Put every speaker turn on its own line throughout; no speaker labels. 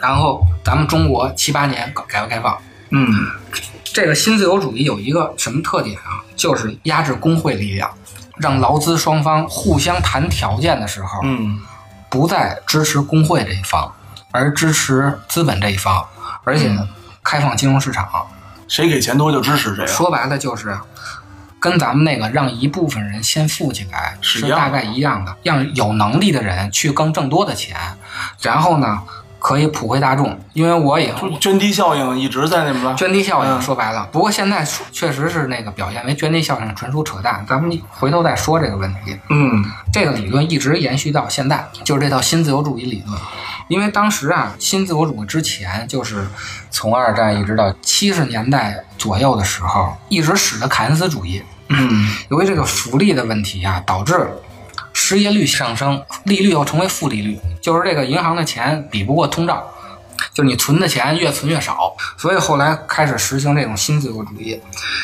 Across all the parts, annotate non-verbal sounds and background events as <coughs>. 然后咱们中国七八年搞改革开放，
嗯
这个新自由主义有一个什么特点啊？就是压制工会力量，让劳资双方互相谈条件的时候，
嗯
不再支持工会这一方，而支持资本这一方，而且
嗯
呢，开放金融市场。
谁给钱多就支持谁啊。
说白了就是，跟咱们那个让一部分人先富起来
是
是
一样的
大概一样的，让有能力的人去更挣多的钱，然后呢，可以普惠大众。因为我也
涓滴效应一直在那边。
涓滴效
嗯
应说白了，不过现在说确实是那个表现为涓滴效应，纯属扯淡。咱们回头再说这个问题。
嗯
这个理论一直延续到现在，就是这套新自由主义理论。因为当时啊，新自由主义之前就是从二战一直到七十年代左右的时候，一直使得凯恩斯主义。
嗯
由于这个福利的问题啊，导致失业率上升，利率又成为负利率，就是这个银行的钱比不过通胀，就是你存的钱越存越少，所以后来开始实行这种新自由主义。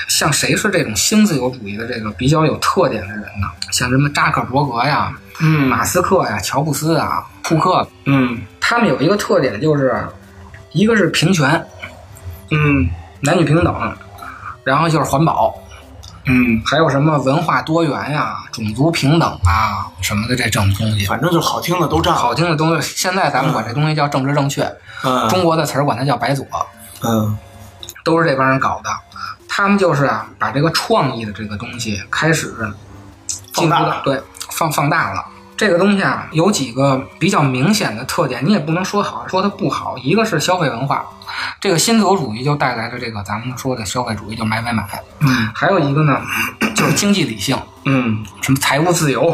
像谁是这种新自由主义的这个比较有特点的人呢？像什么扎克伯格呀、
嗯
马斯克呀、乔布斯啊、库克，
嗯
他们有一个特点就是，一个是平权，
嗯
男女平等，然后就是环保，
嗯，
还有什么文化多元呀、种族平等啊什么的这种东西。
反正就是好听的都占了。
好听的东西，现在咱们管这东西叫政治正确，
嗯
中国的词儿管它叫白左，
嗯
都是这帮人搞的。他们就是啊，把这个创意的这个东西开始进
放
入
大
到
了
对放放大了。这个东西啊，有几个比较明显的特点，你也不能说好说它不好。一个是消费文化，这个新自由主义就带来了这个咱们说的消费主义，就买买买。
嗯
还有一个呢，就是经济理性，
嗯
什么财务自由、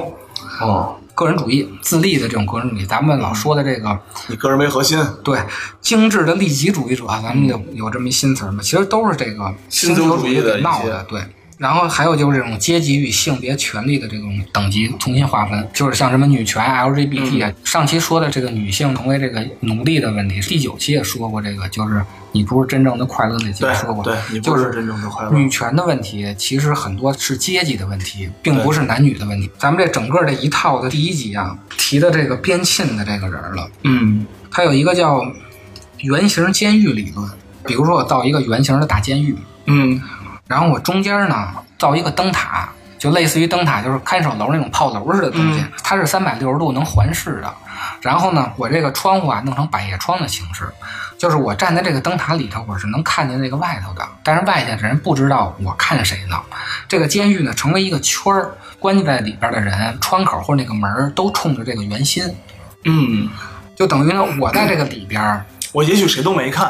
啊
哦，
个人主义、自立的这种个人主义，咱们老说的这个
你个人为核心，
对精致的利己主义者啊，咱们有有这么一新词儿嘛，其实都是这个
嗯新自
自
由
由
主
主
义的
给闹
一些
的，对。然后还有就是这种阶级与性别权利的这种等级重新划分，就是像什么女权、LGBT
嗯
啊，上期说的这个女性成为这个奴隶的问题，第九期也说过这个，就是你不是真正的快乐那期
对
说过，
对，你
就
不是
是
真正的快乐。
女权的问题，其实很多是阶级的问题，并不是男女的问题。咱们这整个这一套的第一集啊，提的这个边沁的这个人了，
嗯
他有一个叫圆形监狱理论。比如说，我造一个圆形的大监狱，
嗯
然后我中间呢造一个灯塔，就类似于灯塔，就是看守楼那种炮楼似的东西，
嗯
它是三百六十度能环视的。然后呢，我这个窗户啊弄成百叶窗的形式，就是我站在这个灯塔里头，我是能看见这个外头的，但是外界的人不知道我看谁呢。这个监狱呢成为一个圈儿，关进在里边的人窗口或者那个门儿都冲着这个圆心，
嗯，
就等于呢我在这个里边儿。
我也许谁都没看。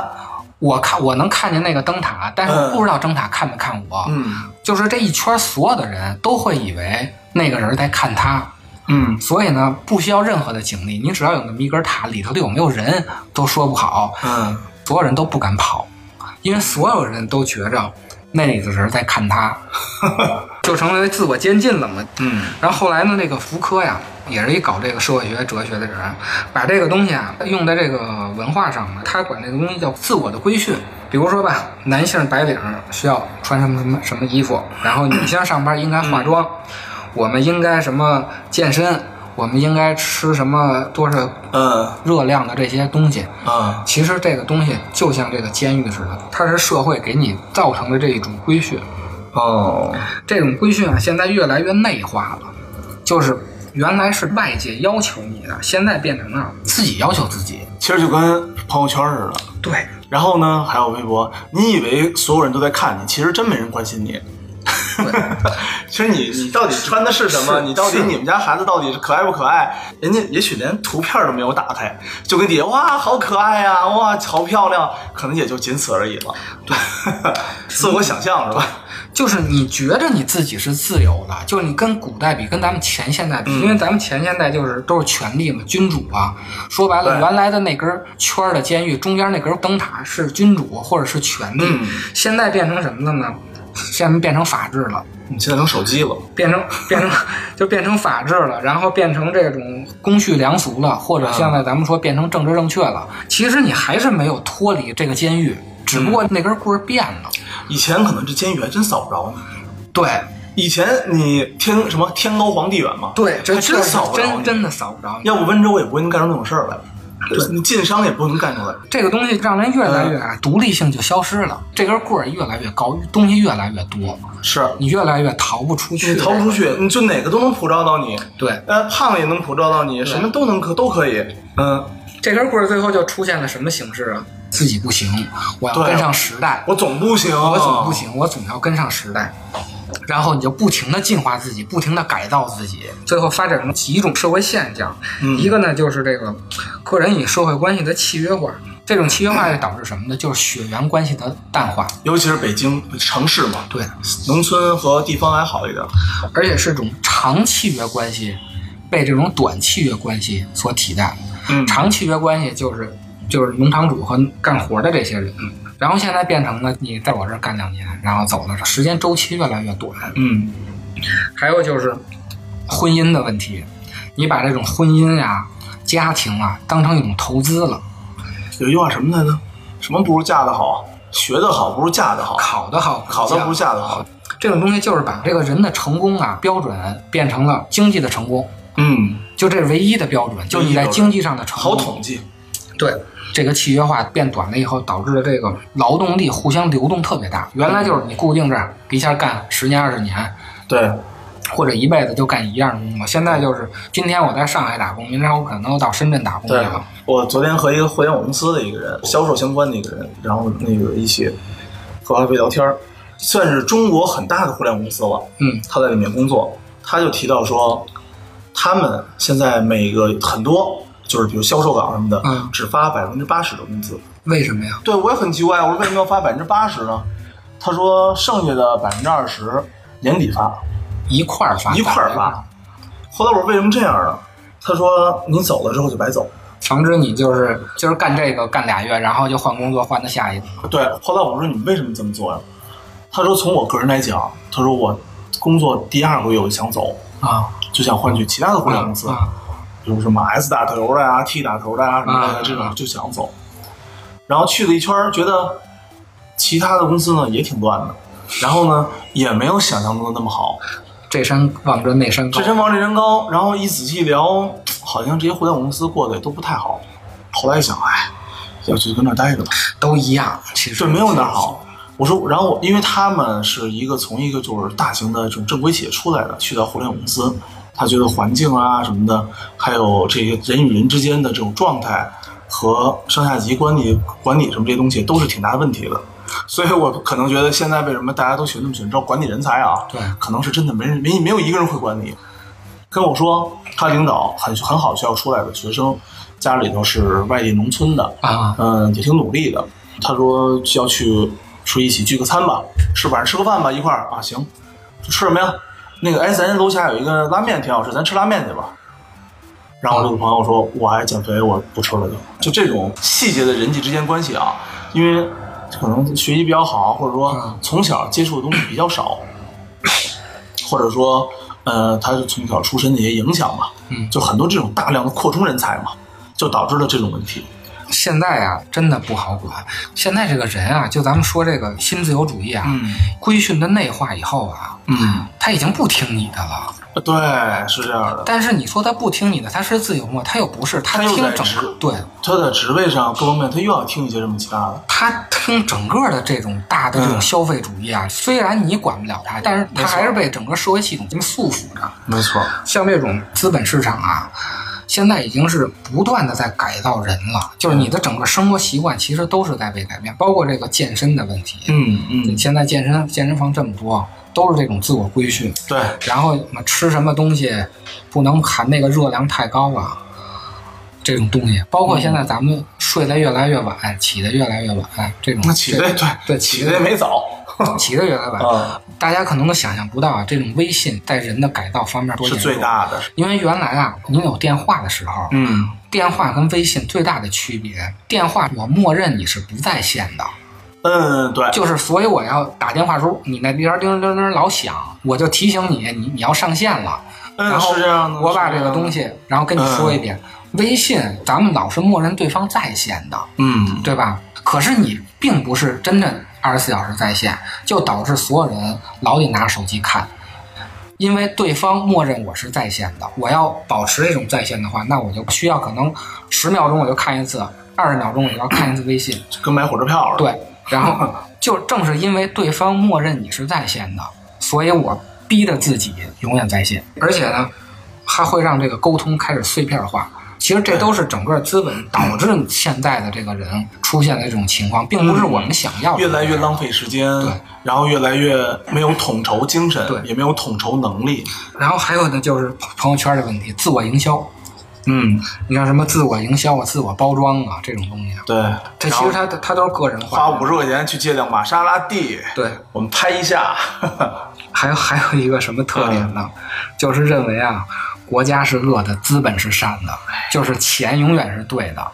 我看我能看见那个灯塔，但是我不知道灯塔看没看我。
嗯
就是这一圈所有的人都会以为那个人在看他，
嗯
所以呢，不需要任何的警力，你只要有那么一根塔，里头的有没有人都说不好，
嗯
所有人都不敢跑，因为所有人都觉着那里的人在 <laughs> 看他，就成为自我监禁了嘛。
嗯
然后后来呢，那个福柯呀，也是一搞这个社会学、哲学的人，把这个东西啊用在这个文化上呢，他管这个东西叫自我的规训。比如说吧，男性白领需要穿什么什么什么衣服，然后女性上班应该化妆，我们应该什么健身，我们应该吃什么多少
嗯
热量的这些东西。
嗯
其实这个东西就像这个监狱似的，它是社会给你造成的这一种规训。
哦，
这种规训啊，现在越来越内化了，就是原来是外界要求你的，现在变成了自己要求自己。
其实就跟朋友圈似的。
对，
然后呢，还有微博，你以为所有人都在看你，其实真没人关心你。 <laughs> 其实你你到底穿的是什么？
是
你到底
是
你们家孩子到底是可爱不可爱？人家也许连图片都没有打开，就跟底下哇好可爱呀、哇好漂亮，可能也就仅此而已了。对， <laughs> 自我想象是吧？
就是你觉着你自己是自由的，就是你跟古代比，跟咱们前现代比，
嗯
因为咱们前现代就是都是权力嘛，君主啊。说白了，
对
原来的那根圈儿的监狱中间那根灯塔是君主或者是权力，
嗯
现在变成什么了呢？现在变成法治了。
你现在成手机了，
变成变成就变成法治了，然后变成这种公序良俗了，或者现在咱们说变成政治正确了。其实你还是没有脱离这个监狱，只不过那根棍儿变了。
以前可能这监狱还真扫不着你。
对
以前你天什么天高皇帝远嘛，
对，真
还真扫不着
真
你。
真的扫不着你。
要不温州也不会能干出那种事儿来，你晋商也不能干出来。
这个东西让人越来越、啊独立性就消失了，这根棍儿越来越高，东西越来越多，
是
你越来越逃不出去，
你逃不出。去，你就哪个都能普照到你。
对，
呃，胖也能普照到你，什么都能可都可以。嗯，
这根棍儿最后就出现了什么形式啊？自己不行，我要
对
跟上时代。
我总不行，
我总不。行，我总要跟上时代。然后你就不停的进化自己，不停的改造自己，最后发展成几种社会现象。一个呢，就是这个个人与社会关系的契约化。这种契约化就导致什么呢？就是血缘关系的淡化。
尤其是北京城市嘛，
对，
农村和地方还好一点。
而且是种长契约关系被这种短契约关系所替代。
嗯
长契约关系就是就是农场主和干活的这些人，然后现在变成了你在我这儿干两年，然后走了，时间周期越来越短。
嗯，
还有就是婚姻的问题，你把这种婚姻呀、家庭啊当成一种投资了，
有一句话什么来着？什么不如嫁得好，学得好不如嫁得好，
考得好，
考得不如嫁得好。
这种东西就是把这个人的成功啊标准变成了经济的成功，
嗯，
就这是唯一的标准，就是你在经济上的成
好
功。
统计。
对。这个契约化变短了以后，导致了这个劳动力互相流动特别大。原来就是你固定这儿一下干十年二十年，
对，
嗯或者一辈子就干一样的工作。现在就是今天我在上海打工，明天我可能到深圳打工去
对
了。，
我昨天和一个互联网公司的一个人，销售相关的一个人，然后那个一起喝咖啡聊天儿，算是中国很大的互联网公司了。
嗯，
他在里面工作，他就提到说，他们现在每个很多就是比如销售岗什么的，
嗯
只发百分之八十的工资。
为什么呀？
对我也很奇怪，我说为什么要发百分之八十呢？他说剩下的百分之二十年底发。
一块儿发，
一块儿发，后来我说为什么这样呢？他说你走了之后就白走。
防止你就是就是干这个干俩月，然后就换工作换到下一个。
对，后来我说你们为什么这么做呀、他说从我个人来讲，他说我工作第二个月我就想走，
啊，
就想换去其他的互联网公司，
啊
比如什么 S 打头的啊、T 打头的啊什么
啊
的这种就想走。然后去了一圈儿，觉得其他的公司呢也挺乱的，然后呢也没有想象中的那么好。
这山望着那山高
这，人往这人高，然后一仔细聊，好像这些互联网公司过得也都不太好。后来一想，哎，要不就跟那儿待着吧。
都一样。其实
对，没有哪儿好。我说，然后我因为他们是一个从一个就是大型的这种正规企业出来的，去到互联网公司，他觉得环境啊什么的，还有这个人与人之间的这种状态和上下级管理管理什么这些东西都是挺大的问题的。所以我可能觉得现在为什么大家都喜欢那么喜欢招管理人才啊？
对
可能是真的没人没没有一个人会管理。跟我说，他领导很很好学校出来的学生，家里头是外地农村的，
啊，
嗯，也挺努力的。他说要去说一起聚个餐吧，吃晚上吃个饭吧，一块儿啊，行。吃什么呀？那个哎，咱楼下有一个拉面挺好吃，咱吃拉面去吧。然后我这个朋友说，我还减肥，我不吃了就。就这种细节的人际之间关系啊，因为可能学习比较好，或者说
嗯
从小接触的东西比较少，或者说呃，他是从小出身的一些影响吧，
嗯
就很多这种大量的扩充人才嘛，就导致了这种问题。
现在啊，真的不好管。现在这个人啊，就咱们说这个新自由主义啊，
嗯
规训的内化以后啊，
嗯，
他已经不听你的了。
对，是这样的。
但是你说他不听你的，他是自由吗？他又不是，他
他又
听
在
整
吃
个对，
他在职位上各方面，他又要听一些什么其他的。
他听整个的这种大的这种消费主义啊，虽然你管不了他，但是他还是被整个社会系统这么束缚着。
没错，
像这种资本市场啊，现在已经是不断的在改造人了，就是你的整个生活习惯其实都是在被改变，包括这个健身的问题。
嗯嗯，
现在健身健身房这么多，都是这种自我规训，
对，
然后什么吃什么东西不能含那个热量太高啊，这种东西，包括现在咱们睡得越来越晚，起得越来越晚，这种
那起
这
的对
对
起
起嗯
的
得
也没早
起得越来越晚，
啊，
大家可能都想象不到啊，这种微信在人的改造方面多
是
严
最
重。
大的。
因为原来啊，你有电话的时候，
嗯，
电话跟微信最大的区别，电话我默认你是不在线的，
嗯，对，
就是所以我要打电话的时候，你那边叮叮叮老响，我就提醒你，你你要上线了。然
嗯，
后
是这样的。
我把
是
这
样
个
的
东，西，然后跟你说一遍。微信咱们老是默认对方在线的，
嗯，
对吧？可是你并不是真正二十四小时在线，就导致所有人老得拿手机看，因为对方默认我是在线的。我要保持这种在线的话，那我就需要可能十秒钟我就看一次，二十秒钟我就要看一次微信。
就跟买火车票似的。，
对，然后就正是因为对方默认你是在线的，所以我逼着自己永远在线，而且呢，还会让这个沟通开始碎片化。其实这都是整个资本导致现在的这个人出现的这种情况，并不是我们想要的
嗯越来越浪。费时间
对，
然后越来越没有统筹精神，
对
也没有统筹能力。
然后还有呢，就是朋友圈的问题，自我营销。
嗯，
你像什么自我营销啊、自我包装啊这种东西啊，
对。
它
然
其
后
实它它都是个人化
花
的。
五十块钱去借辆玛莎拉蒂，
对，
我们拍一下。 <laughs>
还有 <laughs> 还有一个什么特点呢？
嗯
就是认为啊，国家是恶的，资本是善的，
哎
就是钱永远是对的，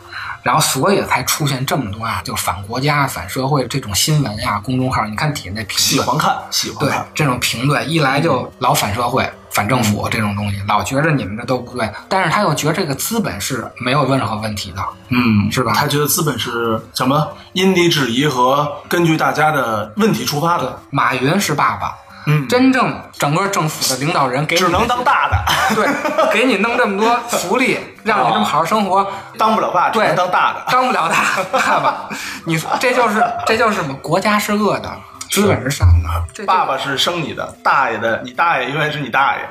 然后所以才出现这么多啊，就反国家、反社会这种新闻呀、公众号，你看底下那评
喜
论，
欢看，喜欢
对
看。
这种评论，一来
嗯
就老反社会、反政府这种东西，老觉着你们这都不对，但是他又觉得这个资本是没有任何问题的，
嗯，
是吧
他觉得资本是什么？因地制宜和根据大家的问题出发的。
马云是爸爸。
嗯，
真正整个政府的领导人给你
只能当大的，
<laughs> 对，给你弄这么多福利，让你这么好好生活，
<laughs> 当不了爸，只
对
能当大的。
当不了大大吧？你说这就是这就是什么？国家是恶的，资本是善的。这
爸爸是生你的，大爷的，你大爷永远是你大爷。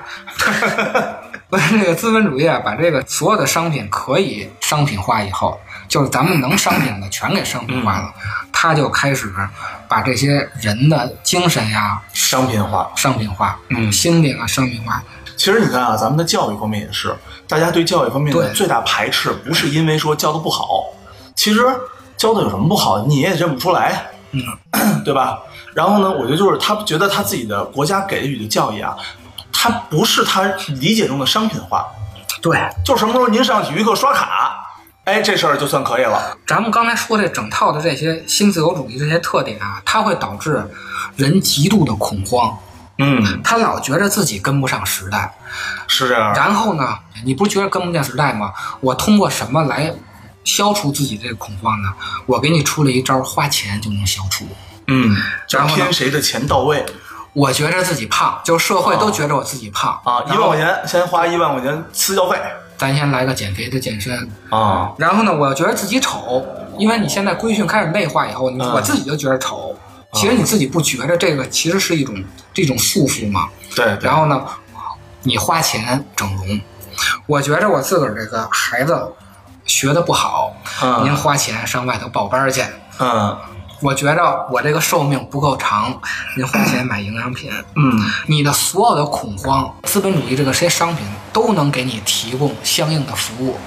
不是这个资本主义啊，把这个所有的商品可以商品化以后，就是咱们能商品的全给商品化了，他就开始把这些人的精神呀、
商品化，
商品化，
嗯
心灵啊商品化，
其实你看啊，咱们的教育方面也是，大家对教育方面的
对
最大排斥，不是因为说教的不好，其实教的有什么不好，你也认不出来，嗯， <coughs> 对吧？然后呢，我觉得就是他觉得他自己的国家给予的教育啊，他不是他理解中的商品化，
对，
就什么时候您上体育课刷卡，哎，这事儿就算可以了。
咱们刚才说这整套的这些新自由主义这些特点啊，它会导致人极度的恐慌，
嗯，
他老觉着自己跟不上时代。
是这样的。
然后呢，你不觉得跟不上时代吗？我通过什么来消除自己这个恐慌呢？我给你出了一招，花钱就能消除。
嗯，
然后呢
偏谁的钱到位
我觉着自己胖，就社会都觉着我自己胖
啊？一
然
万
后
块钱先花一万块钱私教费
咱先来个减肥的健身，
啊，
然后呢，我觉得自己丑，因为你现在规训开始内化以后，你
嗯
我自己就觉得丑。其实你自己不觉着这个其实是一种这种束缚嘛。
对，对
然后呢，你花钱整容，我觉着我自个儿这个孩子学的不好，
嗯
您花钱上外头报班儿去。
嗯
我觉着我这个寿命不够长，您花钱买营养
<coughs>
品。
嗯。
你的所有的恐慌，资本主义这个这些商品都能给你提供相应的服务，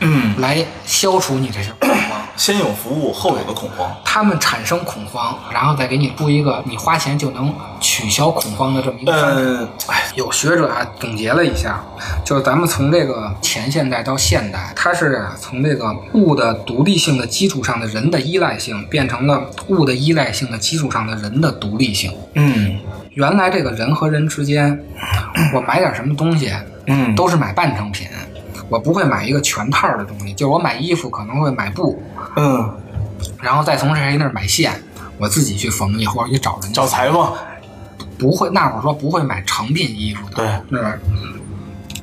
嗯，
来消除你这些恐慌。
先有服务，后有的恐慌。
他们产生恐慌，然后再给你布一个你花钱就能取消恐慌的这么一个商品。
嗯，哎，
有学者啊总结了一下，就是咱们从这个前现代到现代，它是啊从这个物的独立性的基础上的人的依赖性，变成了物的依赖性的基础上的人的独立性。
嗯，
原来这个人和人之间， <coughs> 我买点什么东西，
嗯，
都是买半成品，我不会买一个全套的东西。就是我买衣服可能会买布，
嗯，
然后再从谁那儿买线，我自己去缝去或者去找人家
找裁缝，
不会，那会儿说不会买成品衣服的，
对，
那会儿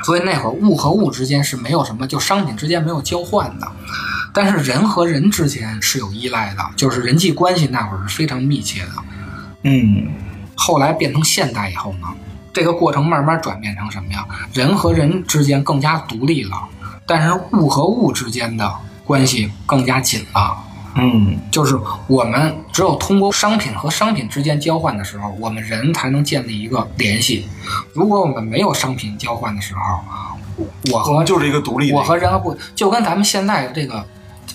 所以那会儿物和物之间是没有什么，就商品之间没有交换的，但是人和人之间是有依赖的，就是人际关系那会儿是非常密切的。
嗯，
后来变成现代以后呢，这个过程慢慢转变成什么呀？人和人之间更加独立了，但是物和物之间的关系更加紧了。
嗯，
就是我们只有通过商品和商品之间交换的时候，我们人才能建立一个联系。如果我们没有商品交换的时候，我
我
和
们就是一个独立的，
我和人和不就跟咱们现在这个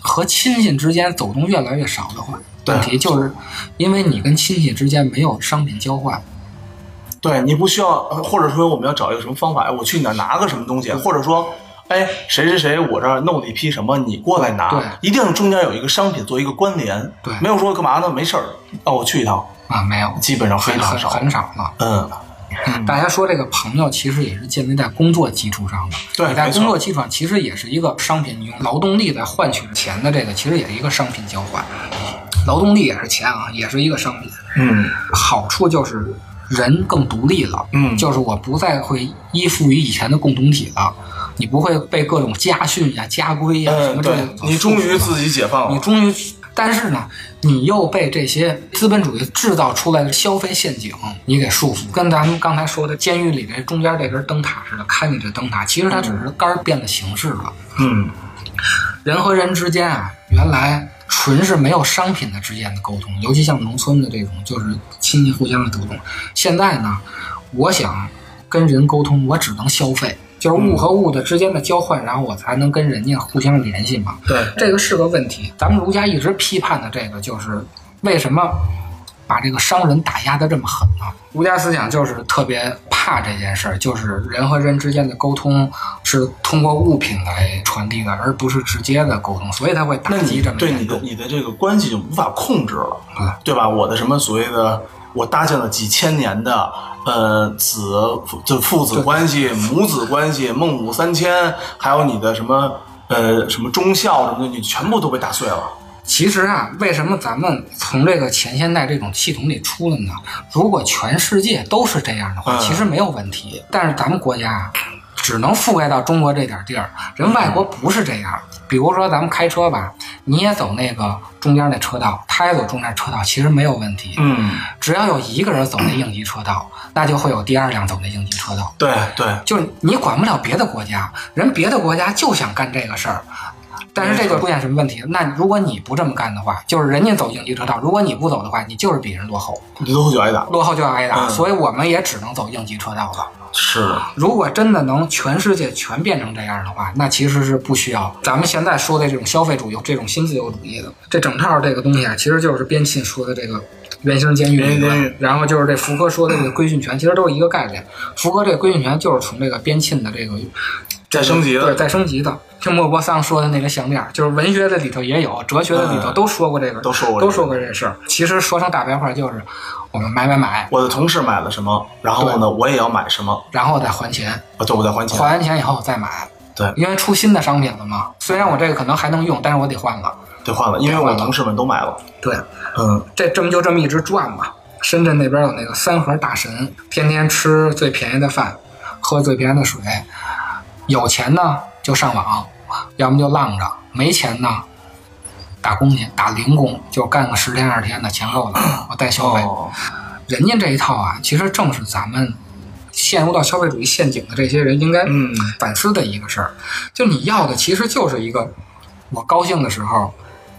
和亲戚之间走动越来越少的话，
对
问题就是因为你跟亲戚之间没有商品交换，
对你不需要，呃或者说我们要找一个什么方法，哎我去你那儿拿个什么东西，或者说，哎，谁谁谁，我这儿弄了一批什么，你过来
对
拿，一定中间有一个商品做一个关联，
对
没有说干嘛呢，没事儿，哦，我去一趟，
啊，没有，
基本上非
很
常
很
少，
很少了。
嗯，
大家说这个朋友其实也是建立在工作基础上的，
对
你在
没错
工作基础上其实也是一个商品，你用劳动力来换取钱的这个，其实也是一个商品交换，劳动力也是钱啊，也是一个商品。
嗯，
好处就是人更独立了，
嗯
就是我不再会依附于以前的共同体了，你不会被各种家训呀、家规呀、什
嗯，
么这
对
个，
你终于自己解放
你
了，
终于，但是呢，你又被这些资本主义制造出来的消费陷阱你给束缚，跟咱们刚才说的监狱里这中间这根灯塔似的，看你这灯塔，其实它只是杆儿变了形式了。
嗯，
人和人之间啊，原来纯是没有商品的之间的沟通，尤其像农村的这种，就是亲戚互相的沟通。现在呢，我想跟人沟通，我只能消费，就是物和物的之间的交换，然后我才能跟人家互相联系嘛。
对，
这个是个问题。咱们儒家一直批判的这个就是为什么把这个商人打压的这么狠呢、儒家思想就是特别怕这件事儿，就是人和人之间的沟通是通过物品来传递的，而不是直接的沟通，所以他会打
那
击
你
这么
对
严
你
重
的。你的这个关系就无法控制了，
嗯
对吧？我的什么所谓的我搭建了几千年的呃子就父子关 <laughs> 系、母子关系、孟母三迁，还有你的什么呃什么忠孝什么的，你全部都被打碎了。
其实啊，为什么咱们从这个前现代这种系统里出来呢？如果全世界都是这样的
嗯
话，其实没有问题。但是咱们国家啊，只能覆盖到中国这点地儿，人外国不是这样。比如说咱们开车吧，你也走那个中间那车道，他也走中间车道，其实没有问题。
嗯，
只要有一个人走那应急车道，那就会有第二辆走那应急车道。
对对，
就是你管不了别的国家，人别的国家就想干这个事儿，但是这就出现什么问题？那如果你不这么干的话，就是人家走应急车道，如果你不走的话，你就是比人落后，
你都会挨打。
落后就要挨打，
嗯
所以我们也只能走应急车道了。
是的，
如果真的能全世界全变成这样的话，那其实是不需要咱们现在说的这种消费主义、这种新自由主义的。这整套这个东西啊，其实就是边沁说的这个原型监狱理
原型监
论
狱，
然后就是这福柯说的这个规训权，其实都是一个概念。福柯这个规训权就是从这个边沁的这个
再升级
对
了，
再升级的，就莫泊桑说的那个项链，就是文学的里头也有，哲学的里头
嗯
都说过这个，
都说过这个
都说过这事儿。其实说成大白话就是我们买买买，
我的同事买了什么，然后呢，我也要买什么，
然后再还钱。
啊，对，我再还钱。
还完钱以后再买。
对
因为出新的商品了嘛，虽然我这个可能还能用，但是我得换了。
对，换了，因为我的同事们都买了。
对，
嗯，
这这么就这么一直转吧。深圳那边有那个三盒大神，天天吃最便宜的饭，喝最便宜的水，有钱呢就上网，要么就浪着；没钱呢，打工去，打零工，就干个十天二十天的，钱够了，我再消费。
哦，
人家这一套啊，其实正是咱们陷入到消费主义陷阱的这些人应该
嗯
反思的一个事儿。就你要的其实就是一个我高兴的时候，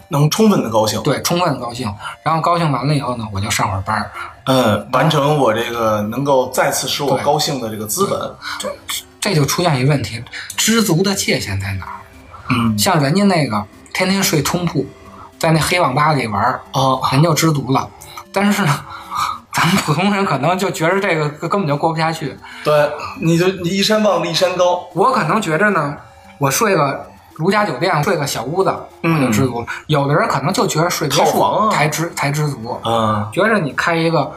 能充分的高兴。
对，充分高兴，然后高兴完了以后呢，我就上会儿班儿。
嗯，完成我这个能够再次使我
对
高兴的这个资本。
这就出现一个问题，知足的界限在哪儿？
嗯
像人家那个天天睡通铺，在那黑网吧里玩儿，
哦，
人就知足了。但是呢， <laughs> 咱们普通人可能就觉着这个根本就过不下去。
对，你就你一山望着一山高。
我可能觉着呢，我睡个如家酒店，睡个小屋子，我
嗯
就知足了。有的人可能就觉着睡别
套房
墅
啊
才知才知足，
嗯
觉着你开一个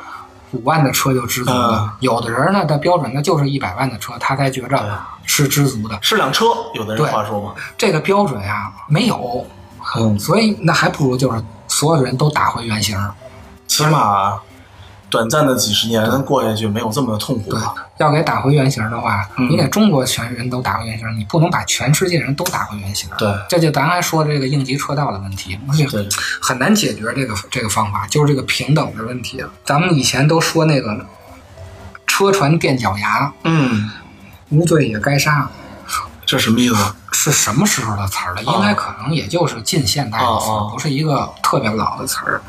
五万的车就知足了。有的人呢，他标准他就是一百万的车，他才觉
嗯
着是知足的。
是辆车，有的人
对
话说嘛，
这个标准呀、没有，
嗯，
所以那还不如就是所有的人都打回原形儿。
起码短暂的几十年过下去没有这么痛苦
对
吧？，
要给打回原形儿的话，
嗯
你给中国全人都打回原形儿，你不能把全世界人都打回原形儿。
对
这就咱还说这个应急车道的问题，这
对
很难解决这个这个方法，就是这个平等的问题。咱们以前都说那个车船垫脚牙，
嗯，
无罪也该杀，
这什么意思？
是什么时候的词儿了？应该可能也就是近现代的词
哦
儿
哦，
不是一个特别老的词儿。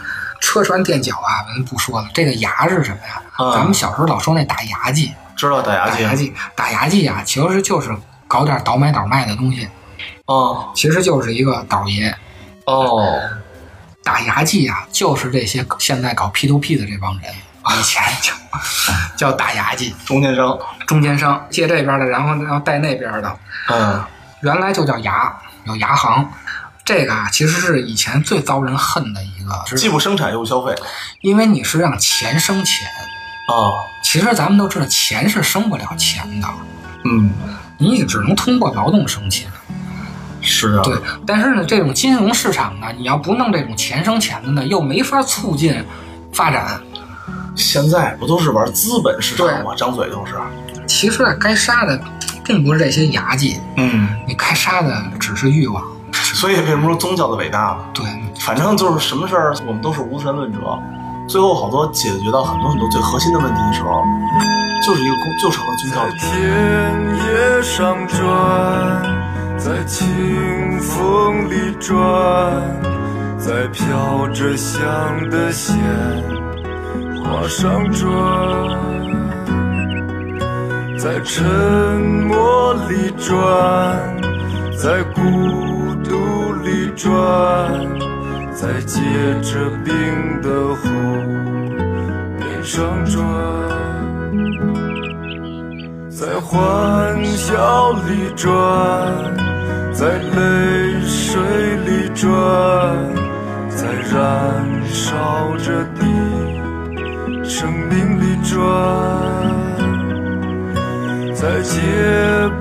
车船垫脚啊，咱不说了。这个牙是什么呀？
嗯
咱们小时候老说那打牙祭，
知道打牙
打
祭
牙祭，打牙祭啊，其实就是搞点倒买倒卖的东西，
哦
其实就是一个倒爷。
哦，
打牙祭啊，就是这些现在搞 P to P 的这帮人，以前叫叫 <laughs> 打牙祭，
中间商，
中间商借这边的，然后然后带那边的，
嗯
原来就叫牙，有牙行。这个啊，其实是以前最遭人恨的一个，
既
是
不生产又不消费
因为你是让钱生钱。
哦，
其实咱们都知道，钱是生不了钱的，
嗯，
你也只能通过劳动生钱。
是啊，
对，但是呢，这种金融市场呢，你要不弄这种钱生钱的呢，又没法促进发展。
现在不都是玩资本市场吗？
对
张嘴就是，
其实啊，该杀的并不是这些牙祭，
嗯，
你该杀的只是欲望。
所以为什么说宗教的伟大呢？
对，
反正就是什么事儿，我们都是无神论者。最后好多解决到很多很多最核心的问题的时候，就是一个公，就成了宗教
在。田野上转，在清风里转，在飘着香的鲜花上转，在沉默里转，在孤独里转，在结着冰的湖面上转。在欢笑里转，在泪水里转，在燃烧着的生命里转，在洁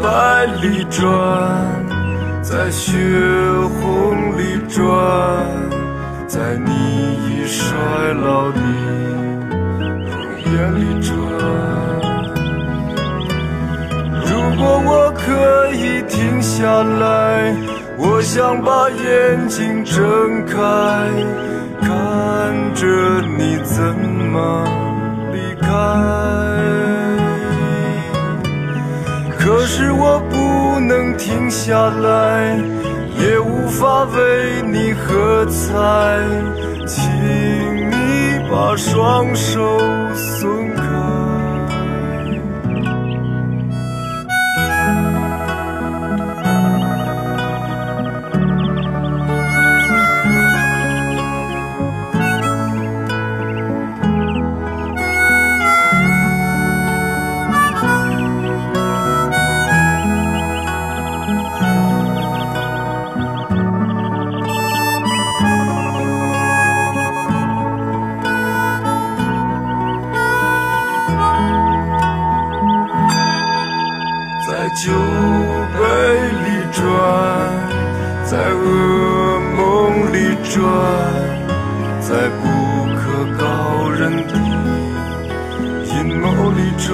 白里转，在血红里转，在你已衰老的容颜里转。如果我可以停下来，我想把眼睛睁开，看着你怎么离开。可是我不能停下来，也无法为你喝彩，请你把双手松开。在酒杯里转，在噩梦里转，在不可告人的阴谋里转，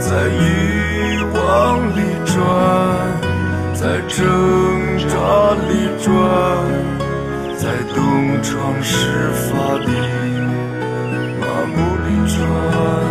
在欲望里转，在挣扎里转，在东窗事发的麻木里转。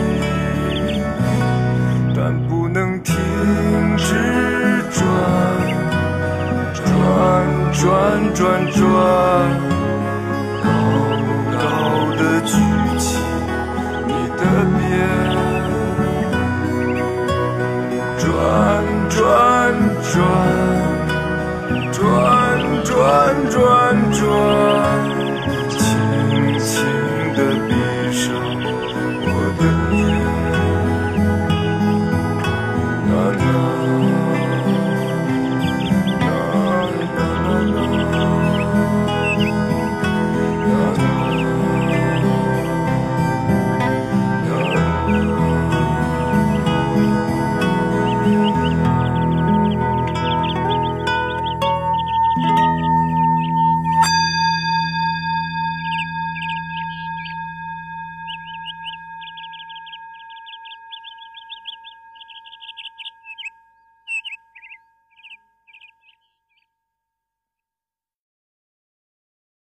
但不能停止转，转转转转，到